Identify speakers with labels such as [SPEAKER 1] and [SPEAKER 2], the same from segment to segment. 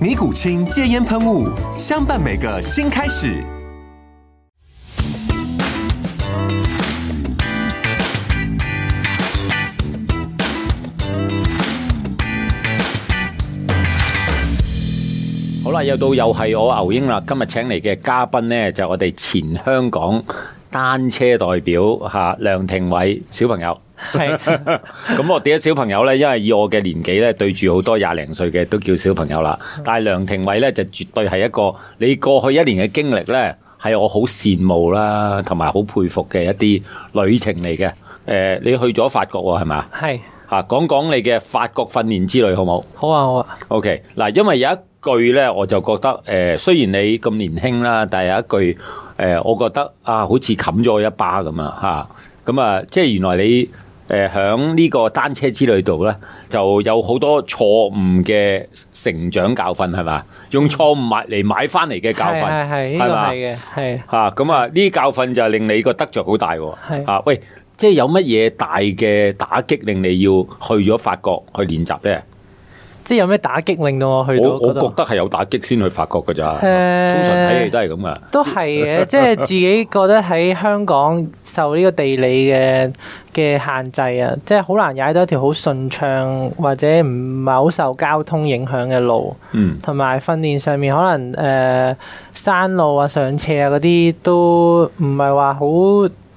[SPEAKER 1] 尼古清戒烟喷雾，相伴每个新开始。
[SPEAKER 2] 好啦，又到又係我牛英啦，今日請嚟嘅嘉賓呢，就係我哋前香港單車代表吓、梁廷偉小朋友。
[SPEAKER 3] 係
[SPEAKER 2] 咁我點解小朋友呢？因為以我嘅年紀呢，對住好多廿零歲嘅都叫小朋友啦。但係梁廷偉呢，就絕對係一個你過去一年嘅經歷呢，係我好羨慕啦，同埋好佩服嘅一啲旅程嚟嘅。诶、你去咗法國喎，係嘛？
[SPEAKER 3] 係
[SPEAKER 2] 吓，講講你嘅法國訓練之旅好冇？
[SPEAKER 3] 好啊好啊，
[SPEAKER 2] OK，嗱，因為有一句咧，我就覺得誒、呃，雖然你咁年輕啦，但係有一句誒、呃我覺得啊，好似冚咗我一巴咁啊嚇，咁啊，即係原來你誒響呢個單車之旅度咧，就有好多錯誤嘅成長教訓係嘛，用錯誤買嚟買翻嚟嘅教
[SPEAKER 3] 係
[SPEAKER 2] 訓
[SPEAKER 3] 係
[SPEAKER 2] 係
[SPEAKER 3] 係呢個
[SPEAKER 2] 嘛
[SPEAKER 3] 係嘅，係
[SPEAKER 2] 嚇，咁啊，呢教訓就令你個得着好大喎、
[SPEAKER 3] 係
[SPEAKER 2] 啊，喂，即係有乜嘢大嘅打擊令你要去咗法國去練習咧？
[SPEAKER 3] 即係有咩打擊令到我去到
[SPEAKER 2] 我我
[SPEAKER 3] 嗰
[SPEAKER 2] 覺
[SPEAKER 3] 度？
[SPEAKER 2] 得係有打擊先去法國㗎咋，
[SPEAKER 3] 誒
[SPEAKER 2] 通常睇戲都係咁噶。
[SPEAKER 3] 都係 嘅，即係自己覺得喺香港受呢個地理嘅嘅限制啊，即係好難踩到一條好順暢或者唔係好受交通影響嘅路，
[SPEAKER 2] 嗯，
[SPEAKER 3] 同埋訓練上面可能誒、呃山路啊、上斜啊嗰啲都唔係話好。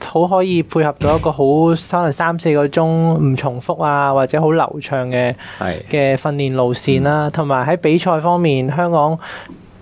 [SPEAKER 3] 好可以配合到一個好可能三四個鐘唔重複啊，或者好流暢嘅
[SPEAKER 2] 係
[SPEAKER 3] 嘅訓練路線啦，同埋喺比賽方面，香港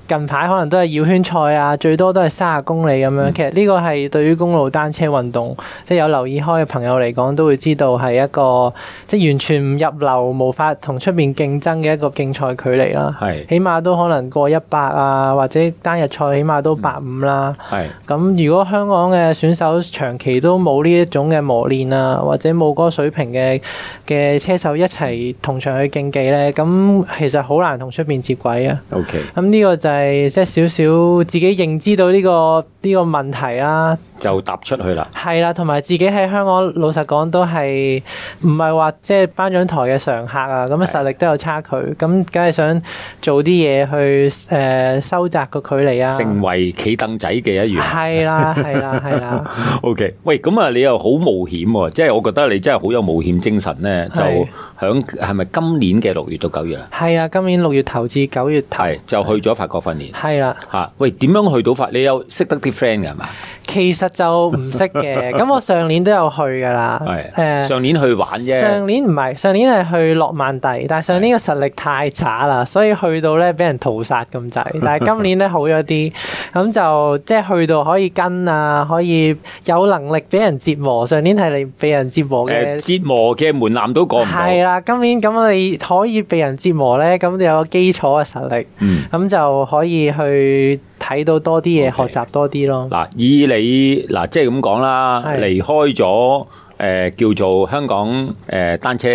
[SPEAKER 3] 近排可能都係繞圈賽啊，最多都係三十公里咁樣。其實呢個係對於公路單車運動，即係有留意開嘅朋友嚟講，都會知道係一個即係完全唔入流、無法同出面競爭嘅一個競賽距離啦。
[SPEAKER 2] 係
[SPEAKER 3] 起碼都可能過一百啊，或者單日賽起碼都百五啦。
[SPEAKER 2] 係
[SPEAKER 3] 咁如果香港嘅選手長期都冇呢一種嘅磨練啊，或者冇嗰個水平嘅嘅車手一齊同場去競技咧，咁其實好難同出面接軌啊。
[SPEAKER 2] OK，
[SPEAKER 3] 咁呢個就係即係少少自己認知到呢、個呢、個問題啦、
[SPEAKER 2] 就踏出去啦。
[SPEAKER 3] 係啦，同埋自己喺香港老實講都係唔係話即係頒獎台嘅常客啊，咁啊實力都有差距，咁梗係想做啲嘢去誒、呃收窄個距離啊。
[SPEAKER 2] 成為企凳仔嘅一 員。
[SPEAKER 3] 係啦，係啦，係啦。
[SPEAKER 2] OK，喂，咁啊，你又好冒險喎、即係我覺得你真係好有冒險精神咧。就
[SPEAKER 3] 係
[SPEAKER 2] 響係咪今年嘅六月到九月啊？
[SPEAKER 3] 係啊，今年六月頭至九月頭，
[SPEAKER 2] 係就去咗法國訓練。
[SPEAKER 3] 係啦。
[SPEAKER 2] 嚇、喂，點樣去到法？你有識得啲 friend 㗎係嘛？
[SPEAKER 3] 其實就唔識 嘅，咁我上年都有去㗎啦。
[SPEAKER 2] 係、
[SPEAKER 3] 誒
[SPEAKER 2] 上年去玩啫
[SPEAKER 3] 上。年唔係，上年係去諾曼第，但係上年嘅實力太渣啦，所以去到咧俾人屠殺咁滯。 但係今年咧好咗啲，咁就即係去到可以跟啊，可以有能力俾人折磨。上年係你俾人折磨
[SPEAKER 2] 誒、
[SPEAKER 3] 嘅。
[SPEAKER 2] 折磨嘅門檻都過唔
[SPEAKER 3] 係啊
[SPEAKER 2] 到。
[SPEAKER 3] 啦，今年咁你可以被人折磨咧，咁你有個基礎嘅實力，
[SPEAKER 2] 嗯。
[SPEAKER 3] 咁就可以去睇到多啲嘢
[SPEAKER 2] OK
[SPEAKER 3] 學習多啲咯。
[SPEAKER 2] 嗱，以你嗱，即係咁講啦，
[SPEAKER 3] 係
[SPEAKER 2] 離開咗誒、呃叫做香港誒、呃、單車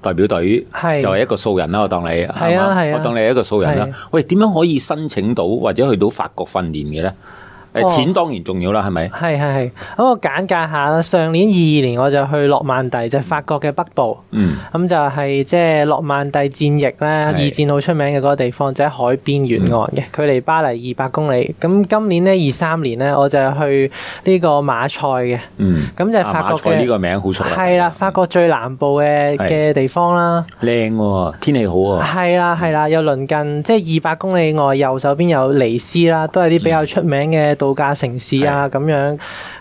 [SPEAKER 2] 代表隊，
[SPEAKER 3] 係
[SPEAKER 2] 就係一個素人啦，我當你係
[SPEAKER 3] 係啊
[SPEAKER 2] 嘛
[SPEAKER 3] 係啊
[SPEAKER 2] 我當你係一個素人啦
[SPEAKER 3] 係。
[SPEAKER 2] 喂，點樣可以申請到或者去到法國訓練嘅咧？誒、
[SPEAKER 3] 哦
[SPEAKER 2] 錢當然重要啦，係咪？
[SPEAKER 3] 係係係，咁我簡介下啦。上年二二年我就去諾曼第，就係法國嘅北部，
[SPEAKER 2] 嗯，
[SPEAKER 3] 咁就係即係諾曼第戰役咧，二戰好出名嘅嗰個地方，就喺海邊沿岸
[SPEAKER 2] 嗯
[SPEAKER 3] 嘅，距離巴黎二百公里。咁今年咧二三年咧，我就去呢個馬賽嘅，
[SPEAKER 2] 嗯，
[SPEAKER 3] 咁就係
[SPEAKER 2] 啊
[SPEAKER 3] 法
[SPEAKER 2] 馬
[SPEAKER 3] 國
[SPEAKER 2] 賽呢
[SPEAKER 3] 嘅。
[SPEAKER 2] 個名好熟啦，
[SPEAKER 3] 係啦，法國最南部嘅
[SPEAKER 2] 係
[SPEAKER 3] 嘅地方啦，
[SPEAKER 2] 靚喎，天氣好喎，
[SPEAKER 3] 係啦係啦，又鄰近即係二百公里外右手邊有尼斯啦，都係啲比較出名嘅導度假城市啊咁樣。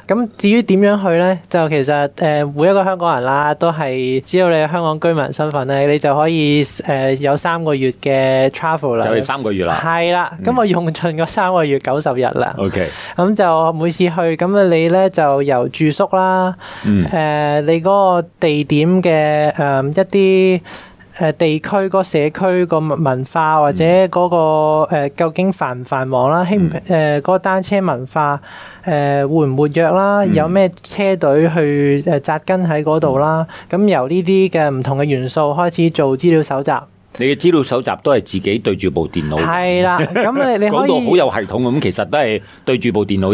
[SPEAKER 3] 咁至於點樣去咧，就其實誒、呃每一個香港人啦，都係只要你係香港居民身份咧，你就可以誒、呃有三個月嘅 travel 啦。
[SPEAKER 2] 就係三個月啦。嗯
[SPEAKER 3] 係啦，咁我用盡嗰三個月九十日啦，
[SPEAKER 2] OK，
[SPEAKER 3] 咁就每次去，咁你咧就由住宿啦。
[SPEAKER 2] 嗯
[SPEAKER 3] 誒、，你嗰個地點嘅誒、一啲誒、地區嗰個社區個文化或者
[SPEAKER 2] 嗯
[SPEAKER 3] 嗰、個、誒究竟繁唔繁忙啦，興誒
[SPEAKER 2] 嗯
[SPEAKER 3] 嗰個單車文化誒、活唔活躍啦，
[SPEAKER 2] 嗯
[SPEAKER 3] 有咩車隊去誒扎根喺嗰度啦，
[SPEAKER 2] 嗯
[SPEAKER 3] 咁、由呢啲嘅唔同嘅元素開始做資料搜集，
[SPEAKER 2] 你嘅資料搜集都係自己對住部電腦。
[SPEAKER 3] 係啦，咁你你可
[SPEAKER 2] 講到
[SPEAKER 3] 以
[SPEAKER 2] 好。有系統咁，其實都係對住部電腦啫。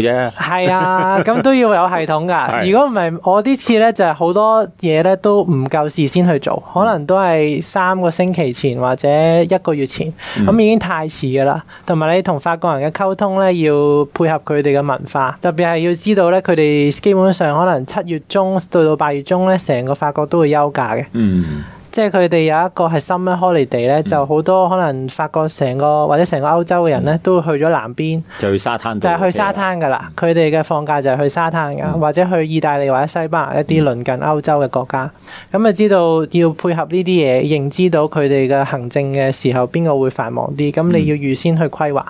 [SPEAKER 3] 系啊，咁都要有系統噶。
[SPEAKER 2] 係
[SPEAKER 3] 如果唔係，我呢次咧就係好多嘢咧都唔夠事先去做，可能都係三個星期前或者一個月前，咁、已經太遲噶啦。同埋你同法國人嘅溝通咧，要配合佢哋嘅文化，特別係要知道咧，佢哋基本上可能七月中到到八月中咧，成個法國都會休假嘅。
[SPEAKER 2] 嗯，
[SPEAKER 3] 即係佢哋有一個係 summer holiday 咧，就好多可能法國成個或者成個歐洲嘅人咧，都去咗南邊。
[SPEAKER 2] 就去沙灘度。
[SPEAKER 3] 就係去沙。灘㗎啦，佢哋嘅放假就係去沙灘
[SPEAKER 2] 嗯
[SPEAKER 3] 㗎，或者去意大利或者西班牙一啲鄰近歐洲嘅國家。咁啊，知道要配合呢啲嘢，認知到佢哋嘅行政嘅時候邊個會繁忙啲，
[SPEAKER 2] 嗯
[SPEAKER 3] 咁你要預先去規劃，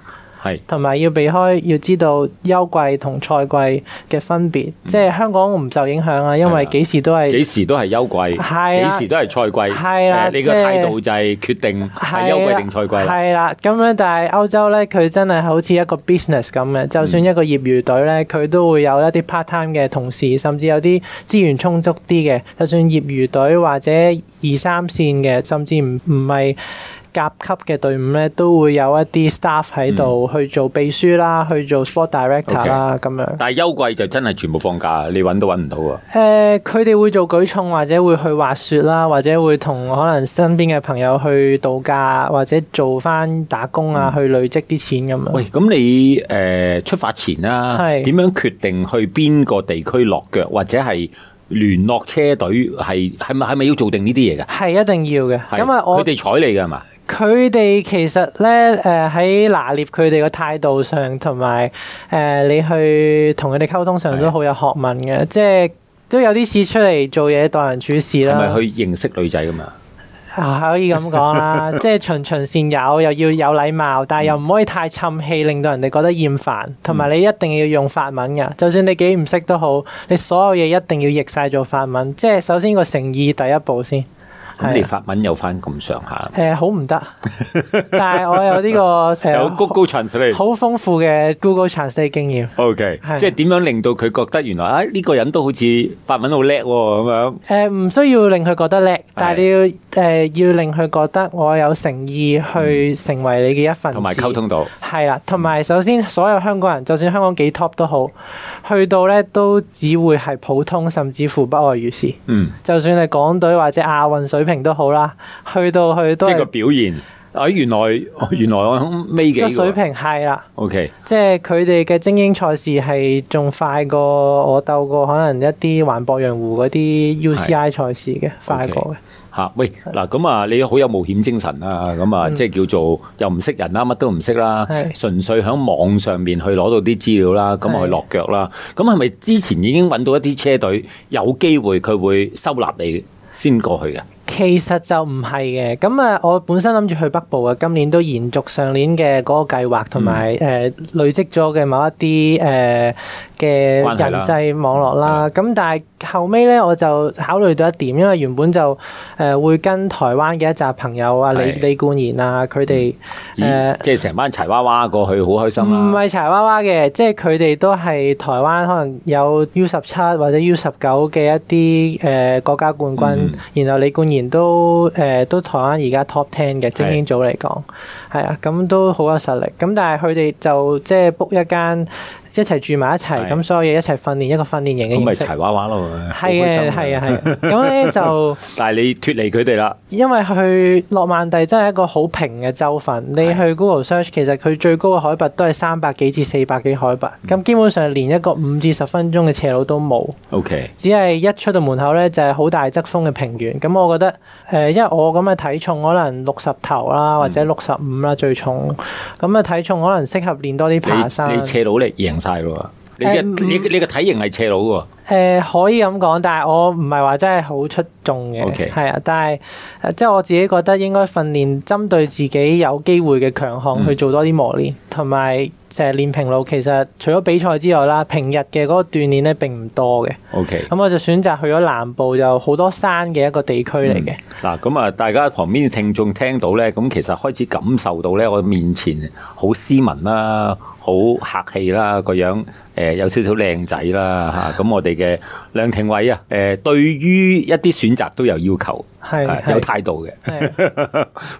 [SPEAKER 2] 係
[SPEAKER 3] 同埋要避開，要知道休季同賽季嘅分別。即係香港唔受影響啊，因為
[SPEAKER 2] 嗯係啊
[SPEAKER 3] 幾時都係
[SPEAKER 2] 幾時都係休季，
[SPEAKER 3] 係啦
[SPEAKER 2] 幾時都係賽季。
[SPEAKER 3] 係啦
[SPEAKER 2] 誒你個
[SPEAKER 3] 即係
[SPEAKER 2] 態度就係決定係
[SPEAKER 3] 係
[SPEAKER 2] 休
[SPEAKER 3] 啦
[SPEAKER 2] 季定賽季啦。
[SPEAKER 3] 係啦，咁樣但係歐洲咧，佢真係好似一個 business 咁嘅，就
[SPEAKER 2] 嗯
[SPEAKER 3] 算一個業餘隊咧，佢都會有一啲 part time 嘅同事，甚至有啲資源充足啲嘅，就算業餘隊或者二三線嘅，甚至唔唔係。甲級嘅隊伍咧，都會有一啲 staff 喺度
[SPEAKER 2] 嗯
[SPEAKER 3] 去做秘書啦，去做 sport director 啦，咁樣。
[SPEAKER 2] 但係休季就真係全部放假，你揾都揾唔到
[SPEAKER 3] 嗯
[SPEAKER 2] 啊！
[SPEAKER 3] 誒，呃佢哋會做舉重，或者會去滑雪啦，或者會同可能身邊嘅朋友去度假，或者做翻打工啊，去累積啲錢咁樣。
[SPEAKER 2] 嗯喂，咁你誒、呃出發前啦、
[SPEAKER 3] 係
[SPEAKER 2] 點樣決定去邊個地區落腳，或者係聯絡車隊係係咪係咪要做定呢啲嘢㗎？
[SPEAKER 3] 係一定要嘅。
[SPEAKER 2] 係
[SPEAKER 3] 咁啊，
[SPEAKER 2] 佢
[SPEAKER 3] 我
[SPEAKER 2] 哋睬你㗎係嘛？
[SPEAKER 3] 佢哋其實咧，誒、喺拿捏佢哋嘅態度上，同埋誒你去同佢哋溝通上
[SPEAKER 2] 係
[SPEAKER 3] 都好有學問嘅，即係都有啲似出嚟做嘢待人處事
[SPEAKER 2] 係
[SPEAKER 3] 啦。
[SPEAKER 2] 咪去認識女仔㗎嘛？
[SPEAKER 3] 啊可以咁講啦， 即係循循善誘，又要有禮貌，但係又唔可以太沉氣，令到人哋覺得厭煩。同
[SPEAKER 2] 嗯
[SPEAKER 3] 埋你一定要用法文㗎，就算你幾唔識都好，你所有嘢一定要譯晒做法文。即係首先個誠意第一步先。
[SPEAKER 2] 咁你
[SPEAKER 3] 係啊
[SPEAKER 2] 法文有翻咁上下，
[SPEAKER 3] 誒好 唔得，但係啊我有呢、個誒
[SPEAKER 2] 有 Google Translate。
[SPEAKER 3] 好豐富嘅 Google Translate 經驗。
[SPEAKER 2] O K，
[SPEAKER 3] 係
[SPEAKER 2] 即係點樣令到佢覺得原來啊呢個人都好似法文好叻喎咁樣，
[SPEAKER 3] 誒唔、需要令佢覺得叻，但係你要誒、要令佢覺得我有誠意去成為你嘅一份
[SPEAKER 2] 嗯
[SPEAKER 3] 子，
[SPEAKER 2] 同埋溝通到
[SPEAKER 3] 係啦，同埋首先所有香港人，就算香港幾 top 都好，去到咧都只會係普通，甚至乎不外如是。
[SPEAKER 2] 嗯，
[SPEAKER 3] 就算係港隊或者亞運水平都好啦，去到去
[SPEAKER 2] 即
[SPEAKER 3] 都
[SPEAKER 2] 係個
[SPEAKER 3] 係
[SPEAKER 2] 表現。啊，原來原來我響尾幾啊
[SPEAKER 3] 個水平係啦。
[SPEAKER 2] O K，
[SPEAKER 3] 即係佢哋嘅精英賽事係仲快過我鬥過可能一啲環博洋湖嗰啲 UCI 賽事嘅快過嘅。
[SPEAKER 2] 吓、喂，嗱咁啊，你好有冒險精神啊，咁啊，即係叫做又唔識人啦，乜都唔識啦，
[SPEAKER 3] 係
[SPEAKER 2] 純粹喺網上面去攞到啲資料啦，咁
[SPEAKER 3] 係
[SPEAKER 2] 去落腳啦。咁係咪之前已經揾到一啲車隊有機會佢會收納你先過去嘅？
[SPEAKER 3] 其實就唔係嘅，咁啊，我本身諗住去北部嘅，今年都延續上年嘅嗰個計劃，同
[SPEAKER 2] 嗯
[SPEAKER 3] 埋誒累積咗嘅某一啲誒呃嘅
[SPEAKER 2] 關係啦
[SPEAKER 3] 人際網絡啦。咁但係後尾咧，我就考慮到一點，因為原本就誒、呃、會跟台灣嘅一紮朋友啊，李
[SPEAKER 2] 係嗯
[SPEAKER 3] 李冠賢啊，佢哋誒。
[SPEAKER 2] 咦
[SPEAKER 3] 呃
[SPEAKER 2] 即係成班柴娃娃過去好開心
[SPEAKER 3] 唔
[SPEAKER 2] 啦。
[SPEAKER 3] 係柴娃娃嘅，即係佢哋都係台灣可能有 U 十七或者 U 十九嘅一啲誒、呃、國家冠軍，
[SPEAKER 2] 嗯
[SPEAKER 3] 然後李冠賢都誒、呃都台灣而家 top ten 嘅精英組嚟講，係啊，咁都好有實力。咁但係佢哋就即係 book 一間一齊住埋一齊，
[SPEAKER 2] 係
[SPEAKER 3] 咁所有嘢一齊訓練一個訓練營
[SPEAKER 2] 咁咪
[SPEAKER 3] 嘅形
[SPEAKER 2] 柴
[SPEAKER 3] 式。
[SPEAKER 2] 娃娃咯，好開
[SPEAKER 3] 係
[SPEAKER 2] 心
[SPEAKER 3] 嘅，
[SPEAKER 2] 啊
[SPEAKER 3] 係啊，係啊。咁咧就。
[SPEAKER 2] 但係你脱離佢哋啦，
[SPEAKER 3] 因為去諾曼第真係一個好平嘅州份，你去 Google search 其實佢最高嘅海拔都係三百幾至四百幾海
[SPEAKER 2] 嗯
[SPEAKER 3] 拔，咁基本上連一個五至十分鐘嘅斜路都冇，
[SPEAKER 2] ，OK，
[SPEAKER 3] 只係一出到門口咧就係好大側風嘅平原。咁我覺得誒、呃因為我咁嘅體重可能六十頭
[SPEAKER 2] 嗯
[SPEAKER 3] 啦，或者六十五啦最重，咁嘅體重可能適合練多啲爬山
[SPEAKER 2] 你。你斜佬嚟贏晒咯。你嘅
[SPEAKER 3] 嗯
[SPEAKER 2] 你你嘅體型係斜佬喎，
[SPEAKER 3] 誒、呃可以咁講，但係我唔係話真係好出眾嘅，係
[SPEAKER 2] OK
[SPEAKER 3] 啊但係誒即係我自己覺得應該訓練針對自己有機會嘅強項
[SPEAKER 2] 嗯
[SPEAKER 3] 去做多啲磨練，同埋成日練平路。其實除咗比賽之外啦，平日嘅嗰個鍛鍊咧並唔多嘅，
[SPEAKER 2] OK。
[SPEAKER 3] 咁我就選擇去咗南部，就好多山嘅一個地區嚟嘅。
[SPEAKER 2] 嗱，咁啊，大家旁邊嘅聽眾聽到咧，咁其實開始感受到咧，我面前好斯文啦，好客氣啦，個樣誒、呃有少少靚仔 啦嚇。咁、我哋嘅梁廷偉啊，誒、對於一啲選擇都有要求，
[SPEAKER 3] 係
[SPEAKER 2] 啊
[SPEAKER 3] 係
[SPEAKER 2] 有態度 嘅。
[SPEAKER 3] 係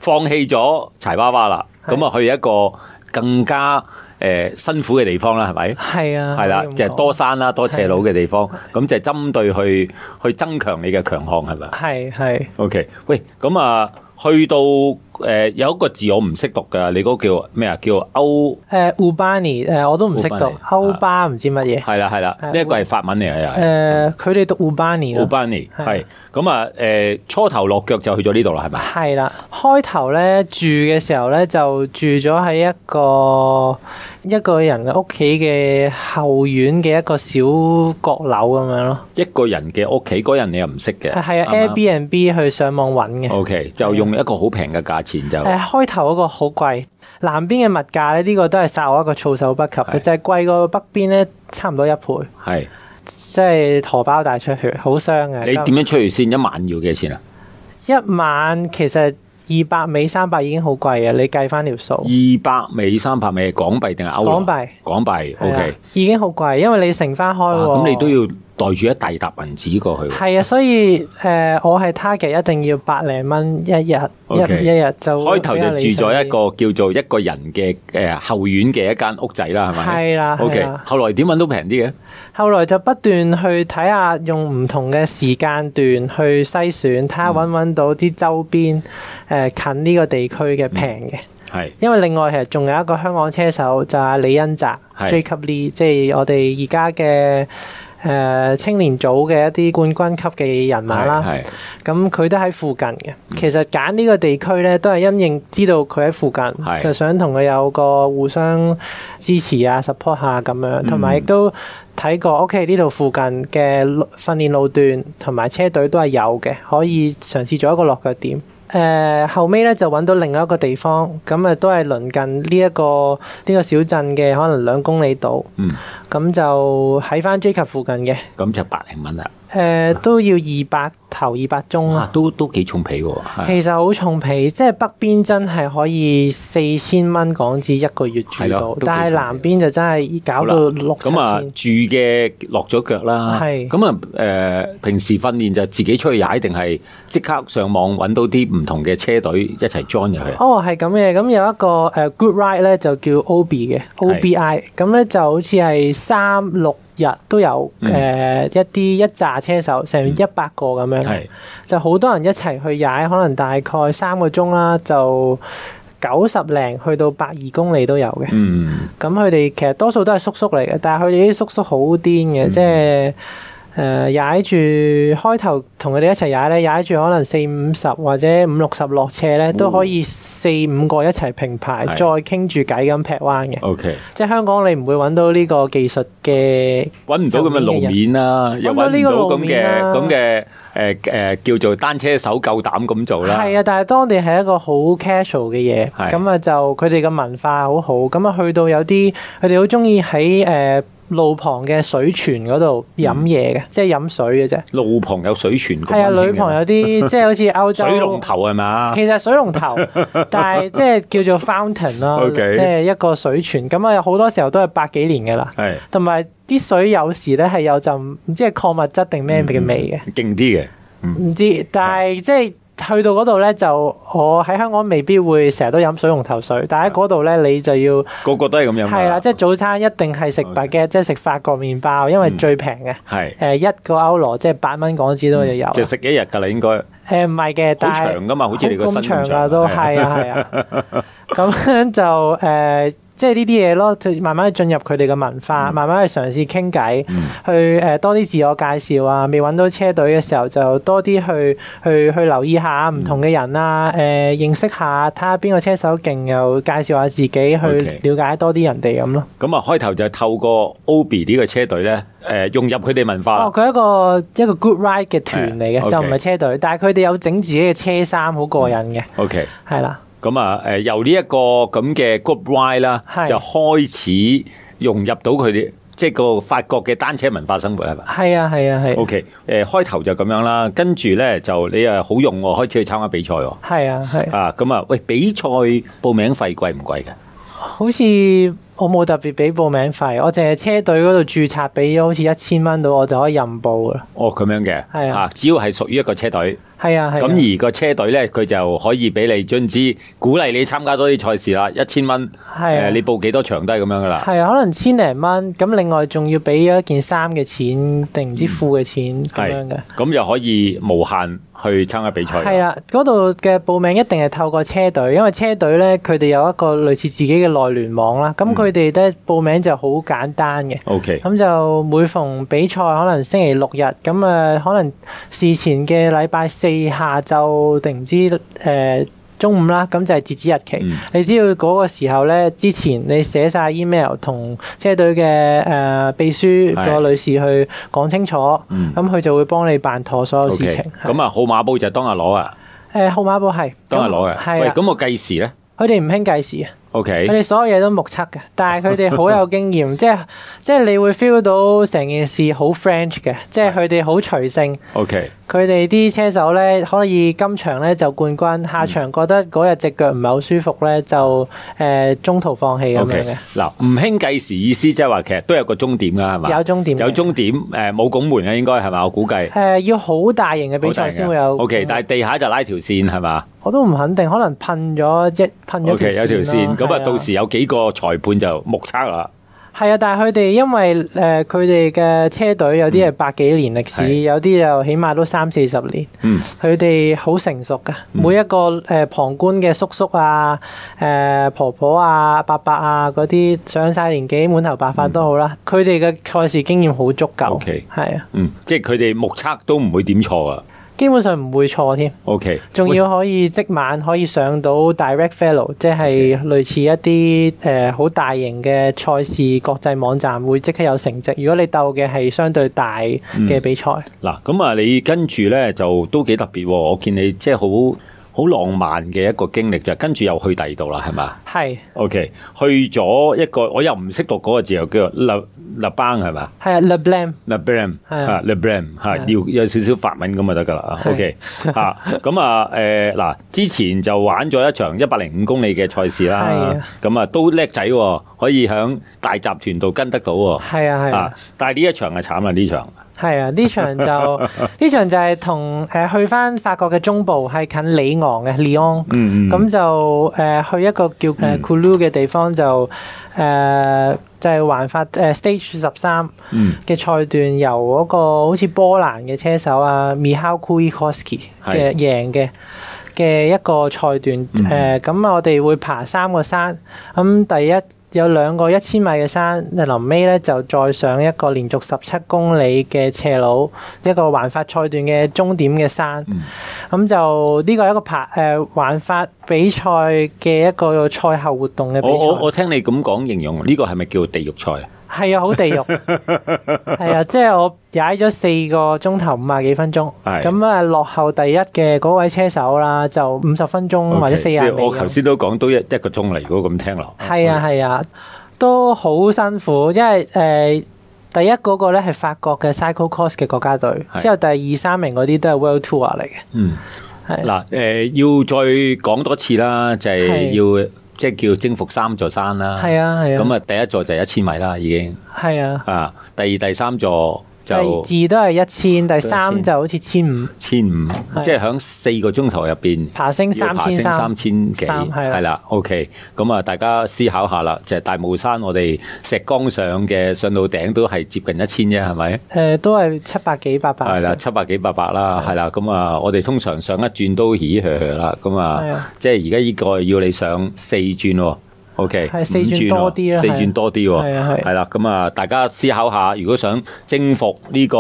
[SPEAKER 2] 放棄咗柴娃娃啦，
[SPEAKER 3] 係
[SPEAKER 2] 咁啊去一個更加誒、呃辛苦嘅地方啦，係咪？
[SPEAKER 3] 係啊，
[SPEAKER 2] 係啦
[SPEAKER 3] 可以，咁
[SPEAKER 2] 就係
[SPEAKER 3] 講
[SPEAKER 2] 多山啦、多斜路嘅地方，咁就係針對去去增強你嘅強項係咪
[SPEAKER 3] 係係
[SPEAKER 2] ？OK，喂，咁啊，去到誒、呃有一個字我唔識讀㗎，你嗰個叫咩啊？叫歐
[SPEAKER 3] 誒 Ubani 誒呃我都唔識讀
[SPEAKER 2] Ubani，
[SPEAKER 3] 歐巴唔知乜嘢
[SPEAKER 2] 係啦係啦，
[SPEAKER 3] 係
[SPEAKER 2] 呢一個係法文嚟嘅又係。
[SPEAKER 3] 誒，佢哋讀 Ubani
[SPEAKER 2] 奧
[SPEAKER 3] 咯。
[SPEAKER 2] 班尼
[SPEAKER 3] 係
[SPEAKER 2] 係咁啊，誒初頭落腳就去咗呢度啦，係咪？
[SPEAKER 3] 係啦，開頭咧住嘅時候咧就住咗喺一個一個人嘅屋企嘅後院嘅一個小閣樓咁樣咯，
[SPEAKER 2] 一個人嘅屋企嗰人你又唔識嘅，
[SPEAKER 3] 係啊
[SPEAKER 2] 啱唔啱
[SPEAKER 3] ，Airbnb 去上網 揾嘅。
[SPEAKER 2] O K，就用一個好平嘅價錢就
[SPEAKER 3] 誒開頭嗰個好貴，南邊嘅物價咧呢、個都係殺我一個措手不及嘅，
[SPEAKER 2] 係
[SPEAKER 3] 就係貴過北邊咧差唔多一倍，
[SPEAKER 2] 係。
[SPEAKER 3] 即係荷包大出血，好傷嘅。
[SPEAKER 2] 你點樣出去先？一晚要幾錢啊？
[SPEAKER 3] 一晚其實二百美三百已經好貴嘅，你計翻條數。
[SPEAKER 2] 二百美、三百美係港幣定係歐羅？
[SPEAKER 3] 港幣，
[SPEAKER 2] 港幣。O
[SPEAKER 3] 係啊
[SPEAKER 2] K，
[SPEAKER 3] 已經好貴，因為你乘翻開喎。
[SPEAKER 2] 咁你都要袋住一大沓銀紙過去喎，
[SPEAKER 3] 係啊，所以誒、呃我係 target 一定要百零蚊一日
[SPEAKER 2] OK
[SPEAKER 3] 一一日就
[SPEAKER 2] 開頭就住咗一
[SPEAKER 3] 係
[SPEAKER 2] 個叫做一個人嘅誒後院嘅一間屋仔啦，係咪？
[SPEAKER 3] 係啦
[SPEAKER 2] O
[SPEAKER 3] 係
[SPEAKER 2] K，
[SPEAKER 3] 啦
[SPEAKER 2] 後來點揾到平啲嘅？
[SPEAKER 3] 後來就不斷去睇下用唔同嘅時間段去篩選，睇
[SPEAKER 2] 嗯
[SPEAKER 3] 下揾唔揾到啲周邊誒、呃近呢個地區嘅平嘅。
[SPEAKER 2] 係
[SPEAKER 3] 因為另外其實仲有一個香港車手就係阿李恩澤
[SPEAKER 2] 係
[SPEAKER 3] Jacob Lee，即係我哋而家嘅誒青年組嘅一啲冠軍級嘅人馬啦。
[SPEAKER 2] 係
[SPEAKER 3] 咁佢都喺附近嘅。
[SPEAKER 2] 嗯
[SPEAKER 3] 其實揀呢個地區咧，都係因應知道佢喺附近，
[SPEAKER 2] 係
[SPEAKER 3] 就想同佢有個互相支持啊、support 下咁
[SPEAKER 2] 嗯
[SPEAKER 3] 樣，同埋亦都睇過 OK 呢度附近嘅路訓練路段同埋車隊都係有嘅，可以嘗試做一個落腳點。誒、後尾咧就揾到另外一個地方，咁啊都係鄰近呢、一個呢、個小鎮嘅可能兩公里度，
[SPEAKER 2] 嗯，
[SPEAKER 3] 咁就喺翻 J 級附近嘅，誒、
[SPEAKER 2] 咁就百零蚊啦，
[SPEAKER 3] 都要二百頭二百鐘啊啦
[SPEAKER 2] 哇，。都都幾重皮喎。係
[SPEAKER 3] 其實好重皮，即係北邊真係可以四千蚊港紙一個月住
[SPEAKER 2] 係
[SPEAKER 3] 到
[SPEAKER 2] 咯，都
[SPEAKER 3] 但係
[SPEAKER 2] 幾重皮
[SPEAKER 3] 南邊就真係搞到
[SPEAKER 2] 好
[SPEAKER 3] 六七
[SPEAKER 2] 咁啊，
[SPEAKER 3] 千。
[SPEAKER 2] 住嘅落咗腳啦。
[SPEAKER 3] 係
[SPEAKER 2] 咁啊，誒、平時訓練就自己出去踩，定係即刻上網揾到啲唔同嘅車隊一齊 join 入去？啊
[SPEAKER 3] 哦，係咁嘅，咁有一個誒、呃 Good Ride 咧就叫 OBI 嘅 OBI，咁咧就好似係三六日都有誒、
[SPEAKER 2] 嗯
[SPEAKER 3] 呃一啲一紮車手，成一百個咁樣，
[SPEAKER 2] 係
[SPEAKER 3] 就好多人一齊去踩，可能大概三個鐘啦，就九十零去到百二公里都有嘅。
[SPEAKER 2] 嗯，
[SPEAKER 3] 咁佢哋其實多數都係叔叔嚟嘅，但係佢哋啲叔叔好癲
[SPEAKER 2] 嗯
[SPEAKER 3] 嘅，即係誒踩住開頭同佢哋一齊踩咧，踩住可能四五十或者五六十落斜
[SPEAKER 2] 哦
[SPEAKER 3] 咧，都可以四五個一齊平排，
[SPEAKER 2] 係
[SPEAKER 3] 再傾住偈咁劈彎嘅。
[SPEAKER 2] OK，
[SPEAKER 3] 即係香港你唔會揾到呢個技術嘅，
[SPEAKER 2] 揾唔到咁嘅路面啦，又揾
[SPEAKER 3] 揾到呢
[SPEAKER 2] 唔
[SPEAKER 3] 個
[SPEAKER 2] 到
[SPEAKER 3] 路
[SPEAKER 2] 咁
[SPEAKER 3] 面
[SPEAKER 2] 嘅
[SPEAKER 3] 啦
[SPEAKER 2] 咁嘅誒誒叫做單車手夠膽咁做啦。
[SPEAKER 3] 係啊！但係當地係一個好 casual 嘅嘢，
[SPEAKER 2] 係
[SPEAKER 3] 咁啊就佢哋嘅文化好好，咁啊去到有啲佢哋好中意喺誒路旁嘅水泉嗰度飲嘢嘅，
[SPEAKER 2] 嗯
[SPEAKER 3] 即係飲水嘅啫。
[SPEAKER 2] 路旁有水泉咁
[SPEAKER 3] 係啊，
[SPEAKER 2] 溫馨嘅
[SPEAKER 3] 女朋友啲即係好似歐洲
[SPEAKER 2] 水龍頭啊係嘛？
[SPEAKER 3] 其實水 龍頭，但係即係叫做 fountain 啦
[SPEAKER 2] OK
[SPEAKER 3] 即係一個水泉。咁啊，好多時候都係百幾年嘅啦，
[SPEAKER 2] 係
[SPEAKER 3] 同埋啲水有時咧係有陣唔知係礦物質定
[SPEAKER 2] 嗯
[SPEAKER 3] 咩嘅味
[SPEAKER 2] 勁啲嘅。
[SPEAKER 3] 嘅，唔知。但係即係去到嗰度咧，就我喺香港未必會成日都飲水龍頭水，但係喺嗰度咧你就要
[SPEAKER 2] 個個都係咁樣㗎。
[SPEAKER 3] 係啦，即係早餐一定係食
[SPEAKER 2] OK
[SPEAKER 3] 白嘅，即係食法國麵包，因為
[SPEAKER 2] 嗯
[SPEAKER 3] 最平嘅。
[SPEAKER 2] 係
[SPEAKER 3] 誒一個歐羅即係八蚊港紙都有啊，
[SPEAKER 2] 就食一日㗎啦，應該
[SPEAKER 3] 誒唔係嘅，但
[SPEAKER 2] 好
[SPEAKER 3] 係啊
[SPEAKER 2] 長㗎嘛，好似你個
[SPEAKER 3] 好
[SPEAKER 2] 身
[SPEAKER 3] 咁長
[SPEAKER 2] 咁
[SPEAKER 3] 啊，都係啊係啊，咁樣就誒。即係呢啲嘢咯，就慢慢去進入佢哋嘅文化，慢慢去嘗試傾偈，
[SPEAKER 2] 嗯
[SPEAKER 3] 去誒、呃多啲自我介紹啊。未揾到車隊嘅時候，就多啲去去去留意下唔同嘅人啊，誒、
[SPEAKER 2] 嗯
[SPEAKER 3] 認識下，睇下邊個車手勁，又介紹下自己，去
[SPEAKER 2] OK
[SPEAKER 3] 了解多啲人哋咁咯。
[SPEAKER 2] 咁啊，開頭就透過 Obi 呢個車隊咧，誒融入佢哋文化啦
[SPEAKER 3] 哦，佢一個一個 good ride 嘅團嚟嘅，
[SPEAKER 2] 係
[SPEAKER 3] 就
[SPEAKER 2] 啊
[SPEAKER 3] 唔
[SPEAKER 2] OK
[SPEAKER 3] 係車隊，但係佢哋有整自己嘅車衫，好過癮嘅，
[SPEAKER 2] OK，
[SPEAKER 3] 係啦。
[SPEAKER 2] 咁啊，誒由呢一個咁嘅 group ride 啦，
[SPEAKER 3] 係
[SPEAKER 2] 就開始融入到佢哋即係個法國嘅單車文化生活係咪
[SPEAKER 3] 係啊，係啊，係，
[SPEAKER 2] ？OK，誒開頭就咁樣啦，跟住咧就你啊好用喎，開始去參加比賽喎。
[SPEAKER 3] 係啊，係。
[SPEAKER 2] 啊，咁啊，喂，比賽報名費貴唔貴嘅？
[SPEAKER 3] 好似我冇特別俾報名費，我淨係車隊嗰度註冊俾咗好似一千蚊到，我就可以任報噶啦。
[SPEAKER 2] 哦，咁樣嘅，
[SPEAKER 3] 係啊
[SPEAKER 2] 只要係屬於一個車隊，
[SPEAKER 3] 係啊，係啊。
[SPEAKER 2] 咁而個車隊咧，佢就可以俾你津資，鼓勵你參加多啲賽事啦，一千蚊，
[SPEAKER 3] 係啊
[SPEAKER 2] 誒，你報幾多場都係咁樣噶啦。
[SPEAKER 3] 係啊，可能千零蚊，咁另外仲要俾咗一件衫嘅錢，定唔
[SPEAKER 2] 嗯
[SPEAKER 3] 知褲嘅錢啊咁樣嘅。
[SPEAKER 2] 咁就可以無限去參加比賽。
[SPEAKER 3] 係啊啦，嗰度嘅報名一定係透過車隊，因為車隊咧佢哋有一個類似自己嘅內聯網啦。
[SPEAKER 2] 嗯
[SPEAKER 3] 咁佢哋咧報名就好簡單嘅。
[SPEAKER 2] O K，
[SPEAKER 3] 咁就每逢比賽可能星期六日，咁誒、呃可能事前嘅禮拜四下晝定唔知誒、呃中午啦，咁就係截止日期。
[SPEAKER 2] 嗯
[SPEAKER 3] 你只要嗰個時候咧，之前你寫晒 email 同車隊嘅誒秘書
[SPEAKER 2] 係
[SPEAKER 3] 個女士去講清楚，咁
[SPEAKER 2] 嗯
[SPEAKER 3] 佢就會幫你辦妥所有
[SPEAKER 2] O
[SPEAKER 3] 事
[SPEAKER 2] K，
[SPEAKER 3] 情。係
[SPEAKER 2] 咁啊，號碼簿就當日攞啊，
[SPEAKER 3] 誒號碼簿係，
[SPEAKER 2] 當日
[SPEAKER 3] 咁啊
[SPEAKER 2] 攞嘅。
[SPEAKER 3] 係
[SPEAKER 2] 喂，
[SPEAKER 3] 啦
[SPEAKER 2] 咁我計時咧
[SPEAKER 3] 佢哋唔興計時嘅。
[SPEAKER 2] ？O
[SPEAKER 3] 佢
[SPEAKER 2] K，
[SPEAKER 3] 哋所有嘢都目 測嘅，但係佢哋好有經驗，即係即係你會 feel 到成件事好 French 嘅，即係佢哋好隨性。
[SPEAKER 2] O K，
[SPEAKER 3] 佢哋啲車手咧，可以今場咧就冠軍，下場
[SPEAKER 2] 嗯
[SPEAKER 3] 覺得嗰日只腳唔係好舒服咧，就誒、呃中途放棄咁
[SPEAKER 2] O
[SPEAKER 3] 樣
[SPEAKER 2] K，
[SPEAKER 3] 嘅。
[SPEAKER 2] 嗱，唔興計時意思即係話其實都有個終點噶係嘛？
[SPEAKER 3] 有終點嘅
[SPEAKER 2] 有終點，誒冇拱門嘅啊應該係嘛？我估計
[SPEAKER 3] 誒、。啊要好大型嘅比賽先會有。嗯
[SPEAKER 2] O、k 但係地下就拉條線係嘛
[SPEAKER 3] 我都唔肯定，可能噴咗一噴咗
[SPEAKER 2] ？O K，有條線，咁啊，
[SPEAKER 3] 係
[SPEAKER 2] 到時有幾個裁判就目測啦。
[SPEAKER 3] 係啊，但係佢哋因為誒佢哋嘅車隊有啲係百幾年歷史，
[SPEAKER 2] 嗯係
[SPEAKER 3] 有啲又起碼都三四十年。
[SPEAKER 2] 嗯，
[SPEAKER 3] 佢哋好成熟噶，每一個誒、呃旁觀嘅叔叔啊、誒、婆婆啊、伯伯啊嗰啲上晒年紀滿頭白髮都好啦，佢哋嘅賽事經驗好足夠，
[SPEAKER 2] OK
[SPEAKER 3] 係啊，
[SPEAKER 2] 嗯，即係佢哋目測都唔會點錯啊。
[SPEAKER 3] 基本上唔會錯添，
[SPEAKER 2] O K，
[SPEAKER 3] 仲要可以即晚可以上到 direct fellow，即係類似一啲誒好大型嘅賽事國際網站會即刻有成績。如果你鬥嘅係相對大嘅比賽，
[SPEAKER 2] 嗱，咁啊，你跟住咧就都幾特別喎。我見你即係好好浪漫嘅一個經歷就跟住又去第二度啦，係嘛
[SPEAKER 3] 係
[SPEAKER 2] ？O K，去咗一個我又唔識讀嗰個字，又叫做 Le Le Ban 係嘛
[SPEAKER 3] 係啊 l e b l a n
[SPEAKER 2] ？Le Ban
[SPEAKER 3] 係啊
[SPEAKER 2] 啊，Le Ban 嚇，
[SPEAKER 3] 係
[SPEAKER 2] 要有少少法文咁就得㗎啦。啊
[SPEAKER 3] 係
[SPEAKER 2] O K 嚇，咁啊誒嗱，之前就玩咗一場一百零五公里嘅賽事
[SPEAKER 3] 係
[SPEAKER 2] 啦
[SPEAKER 3] 啊，
[SPEAKER 2] 咁啊都叻仔喎，可以喺大集團度跟得到喎。
[SPEAKER 3] 係啊係啊
[SPEAKER 2] 啊。！但係呢一場係慘啦，呢場
[SPEAKER 3] 係啊，呢場就 呢場就係同誒去翻法國嘅中部，係近里昂嘅 Lyon，
[SPEAKER 2] 嗯
[SPEAKER 3] 咁就誒、呃去一個叫誒 Coulou 嘅地方就誒、呃就係、環法誒、呃 Stage 十三
[SPEAKER 2] 嗯
[SPEAKER 3] 嘅賽段，由嗰個好似波蘭嘅車手啊 Michał Kulikowski
[SPEAKER 2] 係
[SPEAKER 3] 嘅贏嘅。嘅一個賽段，誒咁、
[SPEAKER 2] 嗯
[SPEAKER 3] 我哋會爬三個山，咁第一有兩個一千米嘅山，臨尾咧就再上一個連續十七公里嘅斜路，一個環法賽段嘅終點嘅山，咁、
[SPEAKER 2] 嗯
[SPEAKER 3] 就呢個係一個爬誒、呃、環法比賽嘅一個賽後活動嘅比
[SPEAKER 2] 我我
[SPEAKER 3] 賽
[SPEAKER 2] 我，聽你咁講形容呢個係咪叫地獄賽啊？
[SPEAKER 3] 係啊，好地 獄，係啊，即係我踩咗四個鐘頭五廿幾分鐘，
[SPEAKER 2] 係
[SPEAKER 3] 咁啊落後第一嘅嗰位車手啦，就五十分鐘哦或者
[SPEAKER 2] OK，
[SPEAKER 3] 四廿
[SPEAKER 2] 即係
[SPEAKER 3] 秒
[SPEAKER 2] 我。頭先都嗯講到一一個鐘嚟，如果咁聽落，
[SPEAKER 3] 係啊係啊，都好辛苦，因為誒、呃第一嗰個咧係法國嘅 Cycle Cross 嘅國家隊，
[SPEAKER 2] 係
[SPEAKER 3] 之後第二三名嗰啲都係 World Tour 嚟嘅。
[SPEAKER 2] 嗯，
[SPEAKER 3] 係
[SPEAKER 2] 嗱，誒要再講多次啦，就係
[SPEAKER 3] 係
[SPEAKER 2] 要即係叫征服三座山啦。
[SPEAKER 3] 係啊係啊，
[SPEAKER 2] 咁啊，第一座就一千米啦，已經
[SPEAKER 3] 係啊。
[SPEAKER 2] 啊，第二、第三座
[SPEAKER 3] 第
[SPEAKER 2] 就
[SPEAKER 3] 二都係一千，第三
[SPEAKER 2] 千
[SPEAKER 3] 就好似千五，
[SPEAKER 2] 千五，
[SPEAKER 3] 係
[SPEAKER 2] 即係喺四個鐘頭入邊。
[SPEAKER 3] 爬升
[SPEAKER 2] 要
[SPEAKER 3] 三
[SPEAKER 2] 爬
[SPEAKER 3] 千
[SPEAKER 2] 升
[SPEAKER 3] 三
[SPEAKER 2] 三。千幾，
[SPEAKER 3] 三係啦
[SPEAKER 2] 係啦，OK，咁啊，大家思考下啦，就係大帽山我哋石崗上嘅上到頂都係接近一千啫，係咪？
[SPEAKER 3] 誒、都係七百幾八百。
[SPEAKER 2] 係啦，七百幾八百啦，係啦，咁啊，我哋通常上一轉都起起啦，咁
[SPEAKER 3] 係
[SPEAKER 2] 啊
[SPEAKER 3] 啊，
[SPEAKER 2] 即係而家呢個要你上四轉喎， OK，
[SPEAKER 3] 係四
[SPEAKER 2] 五轉
[SPEAKER 3] 轉多啲
[SPEAKER 2] 喎
[SPEAKER 3] 啊
[SPEAKER 2] 四
[SPEAKER 3] 係啊
[SPEAKER 2] 轉多啲喎，
[SPEAKER 3] 係啊係
[SPEAKER 2] 係啦，咁啊，大家思考下，如果想征服呢個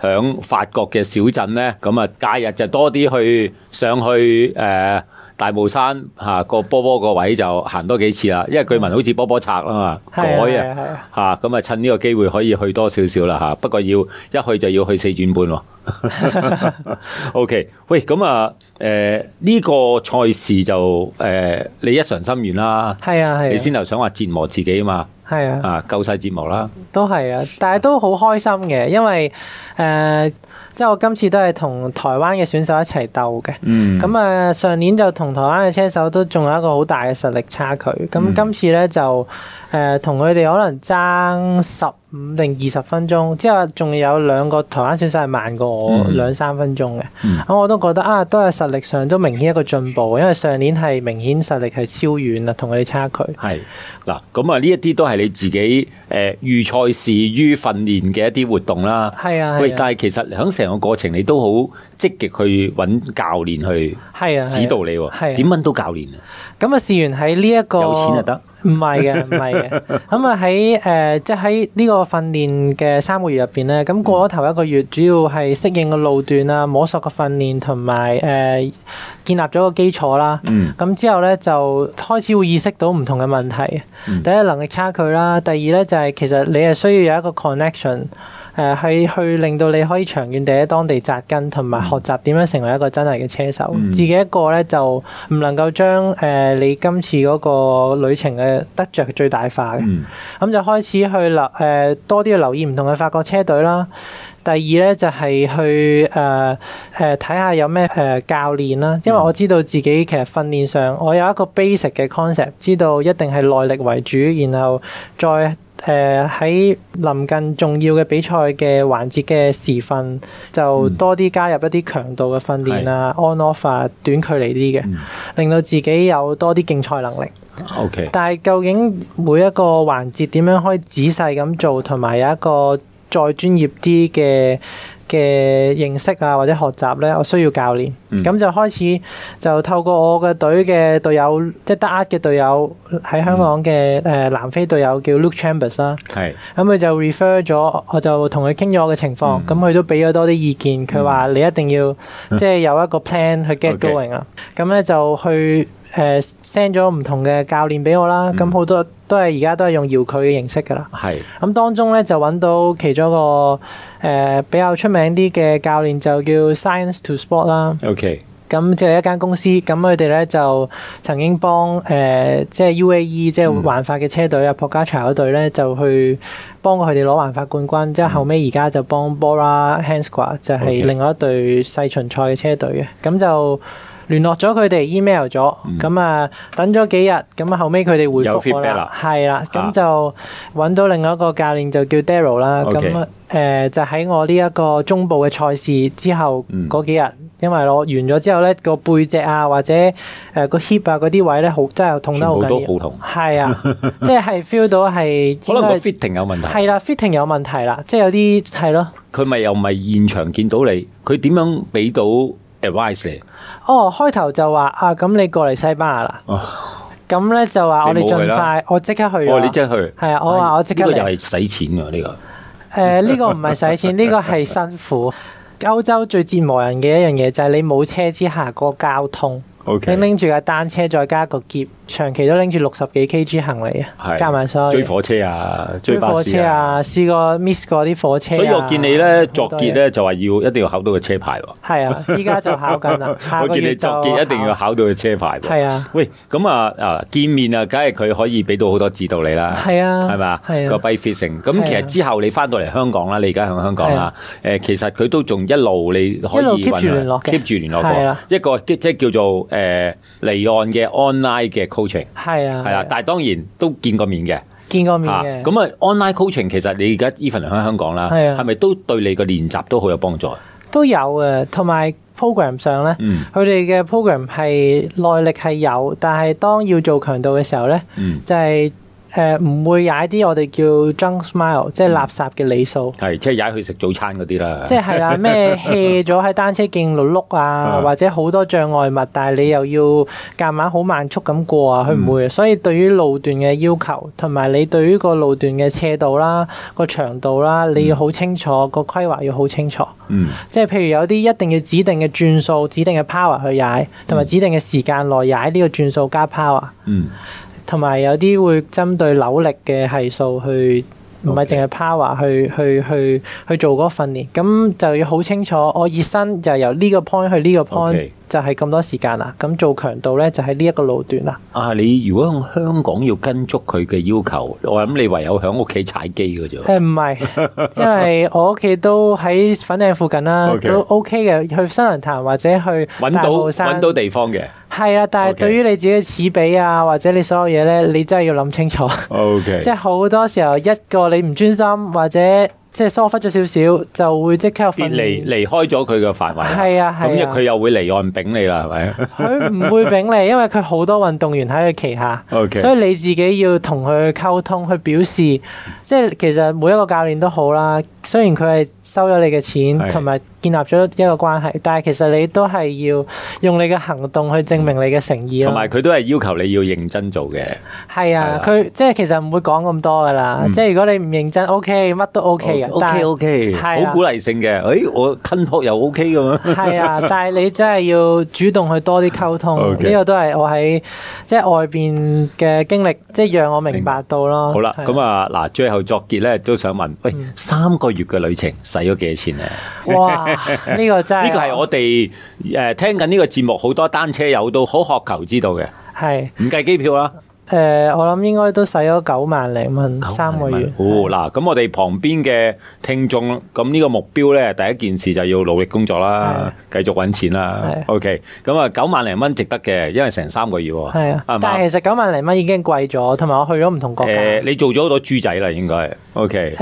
[SPEAKER 2] 響法國嘅小鎮咧，咁啊，假日就多啲去上去誒、呃大帽山嚇個、波波個位就行多幾次啦，因為據聞好似波波拆啦嘛，改
[SPEAKER 3] 係啊係
[SPEAKER 2] 啊
[SPEAKER 3] 啊係啊，
[SPEAKER 2] 嚇，咁啊趁呢個機會可以去多少少啦嚇，不過要一去就要去四轉半喎。O.K. 喂，咁啊，誒、呢、個賽事就誒、你一償心願啦，
[SPEAKER 3] 係啊
[SPEAKER 2] 你
[SPEAKER 3] 係
[SPEAKER 2] 先頭想話折磨自己啊嘛，
[SPEAKER 3] 啊，係啊。
[SPEAKER 2] 啊，夠晒折磨啦，
[SPEAKER 3] 都係啊，但係都好開心嘅，因為誒、呃即係我今次都係同台灣嘅選手一齊鬥嘅。
[SPEAKER 2] 嗯，
[SPEAKER 3] 咁啊，上年就同台灣嘅車手都仲有一個好大嘅實力差距。咁
[SPEAKER 2] 嗯
[SPEAKER 3] 今次咧就誒同佢哋可能爭十五定二十分鐘，之後仲有兩個台灣選手係慢過我
[SPEAKER 2] 嗯
[SPEAKER 3] 兩三分鐘嘅。
[SPEAKER 2] 嗯
[SPEAKER 3] 咁我都覺得啊，都係實力上都明顯一個進步，因為上年係明顯實力係超遠啦，同佢哋差距。
[SPEAKER 2] 係嗱，咁啊，呢一啲都係你自己誒預賽事於訓練嘅一啲活動啦。
[SPEAKER 3] 係啊，
[SPEAKER 2] 喂，
[SPEAKER 3] 係啊，
[SPEAKER 2] 但係其實喺成個過程，你都好積極去揾教練去
[SPEAKER 3] 係啊，
[SPEAKER 2] 指導你
[SPEAKER 3] 係啊
[SPEAKER 2] 喎，點揾到教練啊？
[SPEAKER 3] 咁啊，試完喺呢一個
[SPEAKER 2] 有錢就得，
[SPEAKER 3] 唔係嘅，唔係 嘅。咁啊喺誒，即係喺呢個訓練嘅三個月入邊咧，
[SPEAKER 2] 嗯
[SPEAKER 3] 咁過咗頭一個月，主要係適應個路段啊，摸索個訓練同埋誒建立咗個基礎啦。
[SPEAKER 2] 嗯
[SPEAKER 3] 咁之後咧就開始會意識到唔同嘅問題。
[SPEAKER 2] 嗯
[SPEAKER 3] 第一能力差距啦，第二咧就係、其實你係需要有一個 connection。誒係去令到你可以長遠地喺當地扎根，同埋學習點樣成為一個真係嘅車手。
[SPEAKER 2] 嗯
[SPEAKER 3] 自己一個咧就唔能夠將誒、呃你今次嗰個旅程嘅得着最大化嘅。
[SPEAKER 2] 嗯
[SPEAKER 3] 咁就開始去留誒、呃多啲去留意唔同嘅法國車隊啦。第二咧就係、去誒誒睇下有咩誒、呃教練啦，因為
[SPEAKER 2] 嗯
[SPEAKER 3] 我知道自己其實訓練上我有一個 basic 嘅 concept，知道一定係耐力為主，然後再誒喺、臨近重要嘅比賽嘅環節嘅時分，就
[SPEAKER 2] 嗯
[SPEAKER 3] 多啲加入一啲強度嘅訓練啊、on off 啊、短距離啲嘅，
[SPEAKER 2] 嗯
[SPEAKER 3] 令到自己有多啲競賽能力。
[SPEAKER 2] ，OK，
[SPEAKER 3] 但係究竟每一個環節點樣可以仔細咁做，同埋有一個再專業啲嘅嘅認識啊，或者學習呢，我需要教練。
[SPEAKER 2] 嗯
[SPEAKER 3] 咁、就開始就透過我嘅隊嘅隊友，即係德呃嘅隊友喺香港嘅誒、呃南非隊友叫 Luke Chambers 啦。
[SPEAKER 2] 係
[SPEAKER 3] 咁佢就 refer 咗，我就同佢傾咗我嘅情況，
[SPEAKER 2] 嗯
[SPEAKER 3] 咁佢、都俾咗多啲意見，佢話你一定要即係有一個 plan 去 get
[SPEAKER 2] OK
[SPEAKER 3] going 啊，咁咧就去誒 send 咗唔同嘅教練俾我啦，咁好多都係而家都係用搖佢嘅形式噶啦，
[SPEAKER 2] 係，
[SPEAKER 3] 咁當中咧就揾到其中一個誒、呃比較出名啲嘅教練就叫 Science to Sport 啦。
[SPEAKER 2] OK，
[SPEAKER 3] 咁即係一間公司，咁佢哋咧就曾經幫誒、呃即係 UAE 即
[SPEAKER 2] 嗯
[SPEAKER 3] 係環法嘅車隊啊，博加查嗰隊咧就去幫過佢哋攞環法冠軍，之後後尾而家就幫 Bora h a n s q u a 就
[SPEAKER 2] 嗯 OK
[SPEAKER 3] 係另外一隊世巡賽嘅車隊嘅，咁就聯絡咗佢哋 email 咗，咁啊等咗幾日，咁啊後尾佢哋回
[SPEAKER 2] 嗯有
[SPEAKER 3] 覆
[SPEAKER 2] feedback
[SPEAKER 3] 我啦
[SPEAKER 2] 啦，
[SPEAKER 3] 係啦，
[SPEAKER 2] 啊
[SPEAKER 3] 咁就揾到另外一個教練就叫 Daryl 啦，咁
[SPEAKER 2] OK
[SPEAKER 3] 誒、呃就喺我呢一個中部嘅賽事之後
[SPEAKER 2] 嗯
[SPEAKER 3] 嗰幾日，因為我完咗之後咧，個背脊啊或者誒個 hip 啊嗰啲位咧，好真係痛
[SPEAKER 2] 全
[SPEAKER 3] 得好
[SPEAKER 2] 部都
[SPEAKER 3] 緊要。
[SPEAKER 2] 好痛，
[SPEAKER 3] 係 啊，即係 feel 到係
[SPEAKER 2] 可能
[SPEAKER 3] 應
[SPEAKER 2] 個
[SPEAKER 3] 該
[SPEAKER 2] fitting 有問題。
[SPEAKER 3] 係啊啦，fitting 有問題啦，即係有啲係咯。
[SPEAKER 2] 佢咪又唔係現場見到你，佢點樣俾到 advice 你？
[SPEAKER 3] 哦，開頭就話啊，咁你過嚟西班牙啦，
[SPEAKER 2] 哦，
[SPEAKER 3] 咁咧就話我哋
[SPEAKER 2] 你冇去
[SPEAKER 3] 盡
[SPEAKER 2] 啦
[SPEAKER 3] 快，我即刻去
[SPEAKER 2] 哦
[SPEAKER 3] 咗
[SPEAKER 2] 你即係去，哎
[SPEAKER 3] 係啊我話我即刻
[SPEAKER 2] 呢個
[SPEAKER 3] 嚟
[SPEAKER 2] 又係使錢㗎呢個。
[SPEAKER 3] 誒呢個唔係 使錢，呢個係辛苦。歐洲最折磨人嘅一樣嘢就係你冇車之下個交通，
[SPEAKER 2] O
[SPEAKER 3] 你拎住架單車再加個篋，長期都拎住六十幾 kg 行李啊，
[SPEAKER 2] 係
[SPEAKER 3] 加埋所有嘢
[SPEAKER 2] 追火車啊，追巴
[SPEAKER 3] 火
[SPEAKER 2] 士
[SPEAKER 3] 車
[SPEAKER 2] 啊。
[SPEAKER 3] 啊，試過 miss 過啲火車啊。
[SPEAKER 2] 所以我見你咧作
[SPEAKER 3] 好多嘢
[SPEAKER 2] 結，咧就話要一定要考到個車牌喎。
[SPEAKER 3] 係啊，依家就考緊啦。下
[SPEAKER 2] 我
[SPEAKER 3] 個
[SPEAKER 2] 見
[SPEAKER 3] 月
[SPEAKER 2] 你作
[SPEAKER 3] 就
[SPEAKER 2] 結一定要考到個車牌喎。
[SPEAKER 3] 係啊，
[SPEAKER 2] 喂，咁啊啊見面啊，梗係佢可以俾到好多指導你啦。
[SPEAKER 3] 係啊，
[SPEAKER 2] 係嘛？
[SPEAKER 3] 係
[SPEAKER 2] 個
[SPEAKER 3] 啊，
[SPEAKER 2] bay fitting。
[SPEAKER 3] 係
[SPEAKER 2] 咁
[SPEAKER 3] 啊
[SPEAKER 2] 其實之後你翻到嚟香港啦，你而家喺香港啦。誒，其實佢都仲一路你可
[SPEAKER 3] 一路
[SPEAKER 2] 以啊
[SPEAKER 3] keep 住聯絡嘅
[SPEAKER 2] keep 住聯絡
[SPEAKER 3] 係
[SPEAKER 2] 過
[SPEAKER 3] 啊
[SPEAKER 2] 一個即即係叫做誒離岸嘅 online 嘅 coaching
[SPEAKER 3] 係啊，
[SPEAKER 2] 係啦。但係當然都見過面嘅
[SPEAKER 3] 見過面
[SPEAKER 2] 嚇。
[SPEAKER 3] 嘅。
[SPEAKER 2] 咁啊，online coaching 其實你而家 even 喺香港啦，
[SPEAKER 3] 係啊
[SPEAKER 2] 係咪都對你個練習都好有幫助？
[SPEAKER 3] 都有嘅，同埋 program 上咧
[SPEAKER 2] 嗯，
[SPEAKER 3] 佢哋嘅 program 係耐力係有，但係當要做強度嘅時候咧，
[SPEAKER 2] 嗯
[SPEAKER 3] 就係、誒、誒唔會踩啲我哋叫 junk mile，即係垃圾嘅里數。
[SPEAKER 2] 係即係踩去食早餐嗰啲啦。
[SPEAKER 3] 即係啦，咩 hea 咗喺單車徑度碌啊，
[SPEAKER 2] 啊
[SPEAKER 3] 或者好多障礙物，但係你又要夾硬好慢速咁過啊，佢唔會嘅。所以對於路段嘅要求，同埋你對於個路段嘅斜度啦、個長度啦，你要好清楚，個規劃要好清楚。
[SPEAKER 2] 嗯
[SPEAKER 3] 即係譬如有啲一定要指定嘅轉數、指定嘅 power 去踩，同埋指定嘅時間內踩呢個轉數加 power，
[SPEAKER 2] 嗯
[SPEAKER 3] 同埋有啲會針對扭力嘅係數去。唔係
[SPEAKER 2] OK
[SPEAKER 3] 淨係 power 去去去去做嗰個訓練，咁就要好清楚。我熱身就係由呢個 point 去呢個 point，
[SPEAKER 2] OK
[SPEAKER 3] 就係咁多時間啦。咁做強度咧就係呢一個路段啦。
[SPEAKER 2] 啊，你如果喺香港要跟足佢嘅要求，我諗你唯有喺屋企踩機嘅啫。
[SPEAKER 3] 誒唔係，啊 因為我屋企都喺粉嶺附近啦
[SPEAKER 2] OK
[SPEAKER 3] 都 OK 嘅。去新娘潭或者去
[SPEAKER 2] 揾
[SPEAKER 3] 大
[SPEAKER 2] 到
[SPEAKER 3] 帽山
[SPEAKER 2] 揾到地方嘅
[SPEAKER 3] 係啊，但係
[SPEAKER 2] OK
[SPEAKER 3] 對於你自己嘅齒比啊，或者你所有嘢咧，你真係要諗清楚。
[SPEAKER 2] ，OK，
[SPEAKER 3] 即係好多時候一個你唔專心，或者即係疏忽咗少少，就會即刻有
[SPEAKER 2] 別
[SPEAKER 3] 訓
[SPEAKER 2] 離
[SPEAKER 3] 練。
[SPEAKER 2] 離開咗佢嘅範圍啦。
[SPEAKER 3] 係啊係啊啊
[SPEAKER 2] 咁佢又會離岸丙你啦，係咪
[SPEAKER 3] 佢唔會丙你，因為佢好多運動員喺佢旗下。
[SPEAKER 2] ？OK，
[SPEAKER 3] 所以你自己要同佢溝通，去表示，即係其實每一個教練都好啦。雖然佢係收咗你嘅錢，
[SPEAKER 2] 係
[SPEAKER 3] 同埋建立咗一個關係，但係其實你都係要用你嘅行動去證明你嘅誠意咯。
[SPEAKER 2] 同埋佢都係要求你要認真做嘅。
[SPEAKER 3] 係
[SPEAKER 2] 係
[SPEAKER 3] 啊
[SPEAKER 2] 啦，
[SPEAKER 3] 佢即係其實唔會講咁多噶啦。
[SPEAKER 2] 嗯
[SPEAKER 3] 即係如果你唔認真，OK，乜都 OK 嘅。但
[SPEAKER 2] OK
[SPEAKER 3] 係
[SPEAKER 2] OK，
[SPEAKER 3] 係啊
[SPEAKER 2] 哦好鼓勵性嘅。誒，我吞撲又 OK 咁樣。
[SPEAKER 3] 係啊，但係你真係要主動去多啲溝通，呢
[SPEAKER 2] OK
[SPEAKER 3] 個都係我喺即係外邊嘅經歷，即係讓我明白到咯。
[SPEAKER 2] 好啦，
[SPEAKER 3] 係嗯
[SPEAKER 2] 咁啊嗱，最後作結咧，都想問，喂，三個月嘅旅程使咗幾多錢咧？
[SPEAKER 3] 哇，呢個真 係
[SPEAKER 2] 呢個係我哋誒聽緊呢個節目，好多單車友都好渴求知道嘅，
[SPEAKER 3] 係
[SPEAKER 2] 唔計機票啊啦，
[SPEAKER 3] 誒、我諗應該都使咗九萬零蚊三個月。
[SPEAKER 2] 哦，嗱，咁我哋旁邊嘅聽眾，咁呢個目標咧，第一件事就要努力工作啦，繼續揾錢啦
[SPEAKER 3] 係。
[SPEAKER 2] OK，咁啊九萬零蚊值得嘅，因為成三個月喎。
[SPEAKER 3] 係啊
[SPEAKER 2] 啱唔啱，
[SPEAKER 3] 但係其實九萬零蚊已經貴咗，同埋我去咗唔同國家。
[SPEAKER 2] 誒，
[SPEAKER 3] 誒、
[SPEAKER 2] 你做咗好多豬仔啦，應該。OK，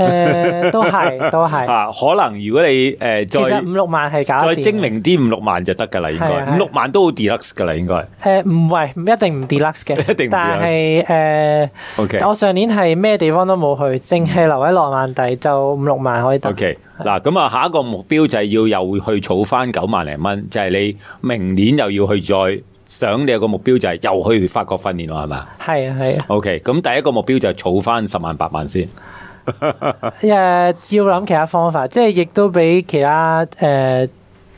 [SPEAKER 3] 都 係都係，
[SPEAKER 2] 啊，可能如果你誒
[SPEAKER 3] 其實
[SPEAKER 2] 再
[SPEAKER 3] 五六萬係搞得
[SPEAKER 2] 再
[SPEAKER 3] 掂嘅
[SPEAKER 2] 精。明啲，五六萬就得㗎啦，應
[SPEAKER 3] 係啊係
[SPEAKER 2] 該
[SPEAKER 3] 啊
[SPEAKER 2] 五六萬都好 deluxe 㗎啦，應該。
[SPEAKER 3] 誒唔係，唔一定唔 deluxe 嘅，
[SPEAKER 2] 一定唔 deluxe
[SPEAKER 3] 但係誒、
[SPEAKER 2] OK。
[SPEAKER 3] 我上年係咩地方都冇去，淨係留喺諾曼第就五六萬可以得。
[SPEAKER 2] OK，嗱咁啊，下一個目標就係要又去儲翻九萬零蚊，就係、你明年又要去再想你有個目標就係又去法國訓練咯，係嘛
[SPEAKER 3] 係啊係啊，
[SPEAKER 2] ？OK，咁第一個目標就係儲翻十萬八萬先。
[SPEAKER 3] 誒、要諗其他方法，即係亦都俾其他誒、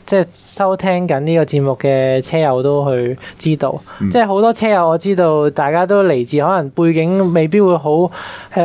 [SPEAKER 3] 即係收聽緊呢個節目嘅車友都去知道，即係好多車友我知道，大家都嚟自可能背景未必會好誒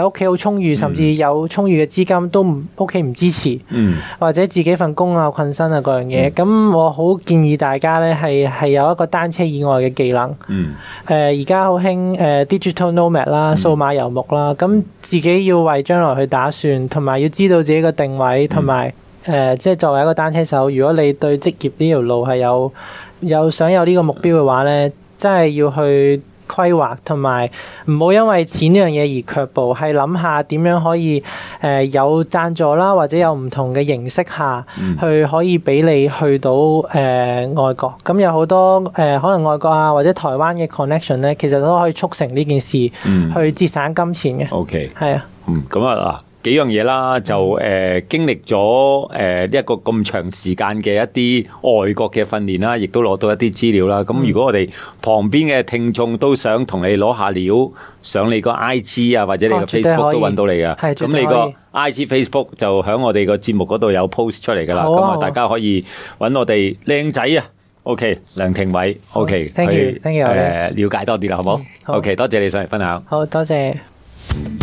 [SPEAKER 3] 屋企好充裕，甚至有充裕嘅資金都唔屋企唔支持。
[SPEAKER 2] 嗯，
[SPEAKER 3] 或者自己份工啊、困身啊嗰樣嘢，咁、我好建議大家咧係係有一個單車以外嘅技能。
[SPEAKER 2] 嗯，
[SPEAKER 3] 誒呃而家好興誒 digital nomad 啦、數碼遊牧啦，咁自己要為將來去打算，同埋要知道自己嘅定位，同埋誒即係作為一個單車手，如果你對職業呢條路係有有想有呢個目標嘅話咧，真係要去規劃，同埋唔好因為錢呢樣嘢而卻步，係諗下點樣可以誒、呃有贊助啦，或者有唔同嘅形式下。
[SPEAKER 2] 嗯
[SPEAKER 3] 去可以俾你去到誒、呃外國，咁有好多誒、呃可能外國啊或者台灣嘅 connection 咧，其實都可以促成呢件事，去
[SPEAKER 2] 嗯
[SPEAKER 3] 節省金錢嘅，
[SPEAKER 2] ，OK，
[SPEAKER 3] 係啊，
[SPEAKER 2] 嗯，咁啊嗱，幾樣嘢啦，就誒、
[SPEAKER 3] 嗯
[SPEAKER 2] 呃、經歷咗誒一個咁長時間嘅一啲外國嘅訓練啦，亦都攞到一啲資料啦。
[SPEAKER 3] 嗯
[SPEAKER 2] 咁如果我哋旁邊嘅聽眾都想同你攞下料，上你個 IG 啊，或者你個
[SPEAKER 3] 哦絕對
[SPEAKER 2] Facebook
[SPEAKER 3] 可以
[SPEAKER 2] 都揾到你㗎。
[SPEAKER 3] 係
[SPEAKER 2] 咁
[SPEAKER 3] 絕對
[SPEAKER 2] 你
[SPEAKER 3] 可
[SPEAKER 2] 個
[SPEAKER 3] 以
[SPEAKER 2] IG、Facebook 就喺我哋個節目嗰度有 post 出嚟㗎啦。
[SPEAKER 3] 好
[SPEAKER 2] 咁
[SPEAKER 3] 啊好
[SPEAKER 2] 啊，
[SPEAKER 3] 啊
[SPEAKER 2] 大家可以揾我哋靚仔啊。OK，梁廷偉，OK，
[SPEAKER 3] Thank you，
[SPEAKER 2] 去
[SPEAKER 3] thank you，
[SPEAKER 2] 誒了解多啲啦，好冇
[SPEAKER 3] 好
[SPEAKER 2] ？OK，多謝你上嚟分享。
[SPEAKER 3] 好多謝。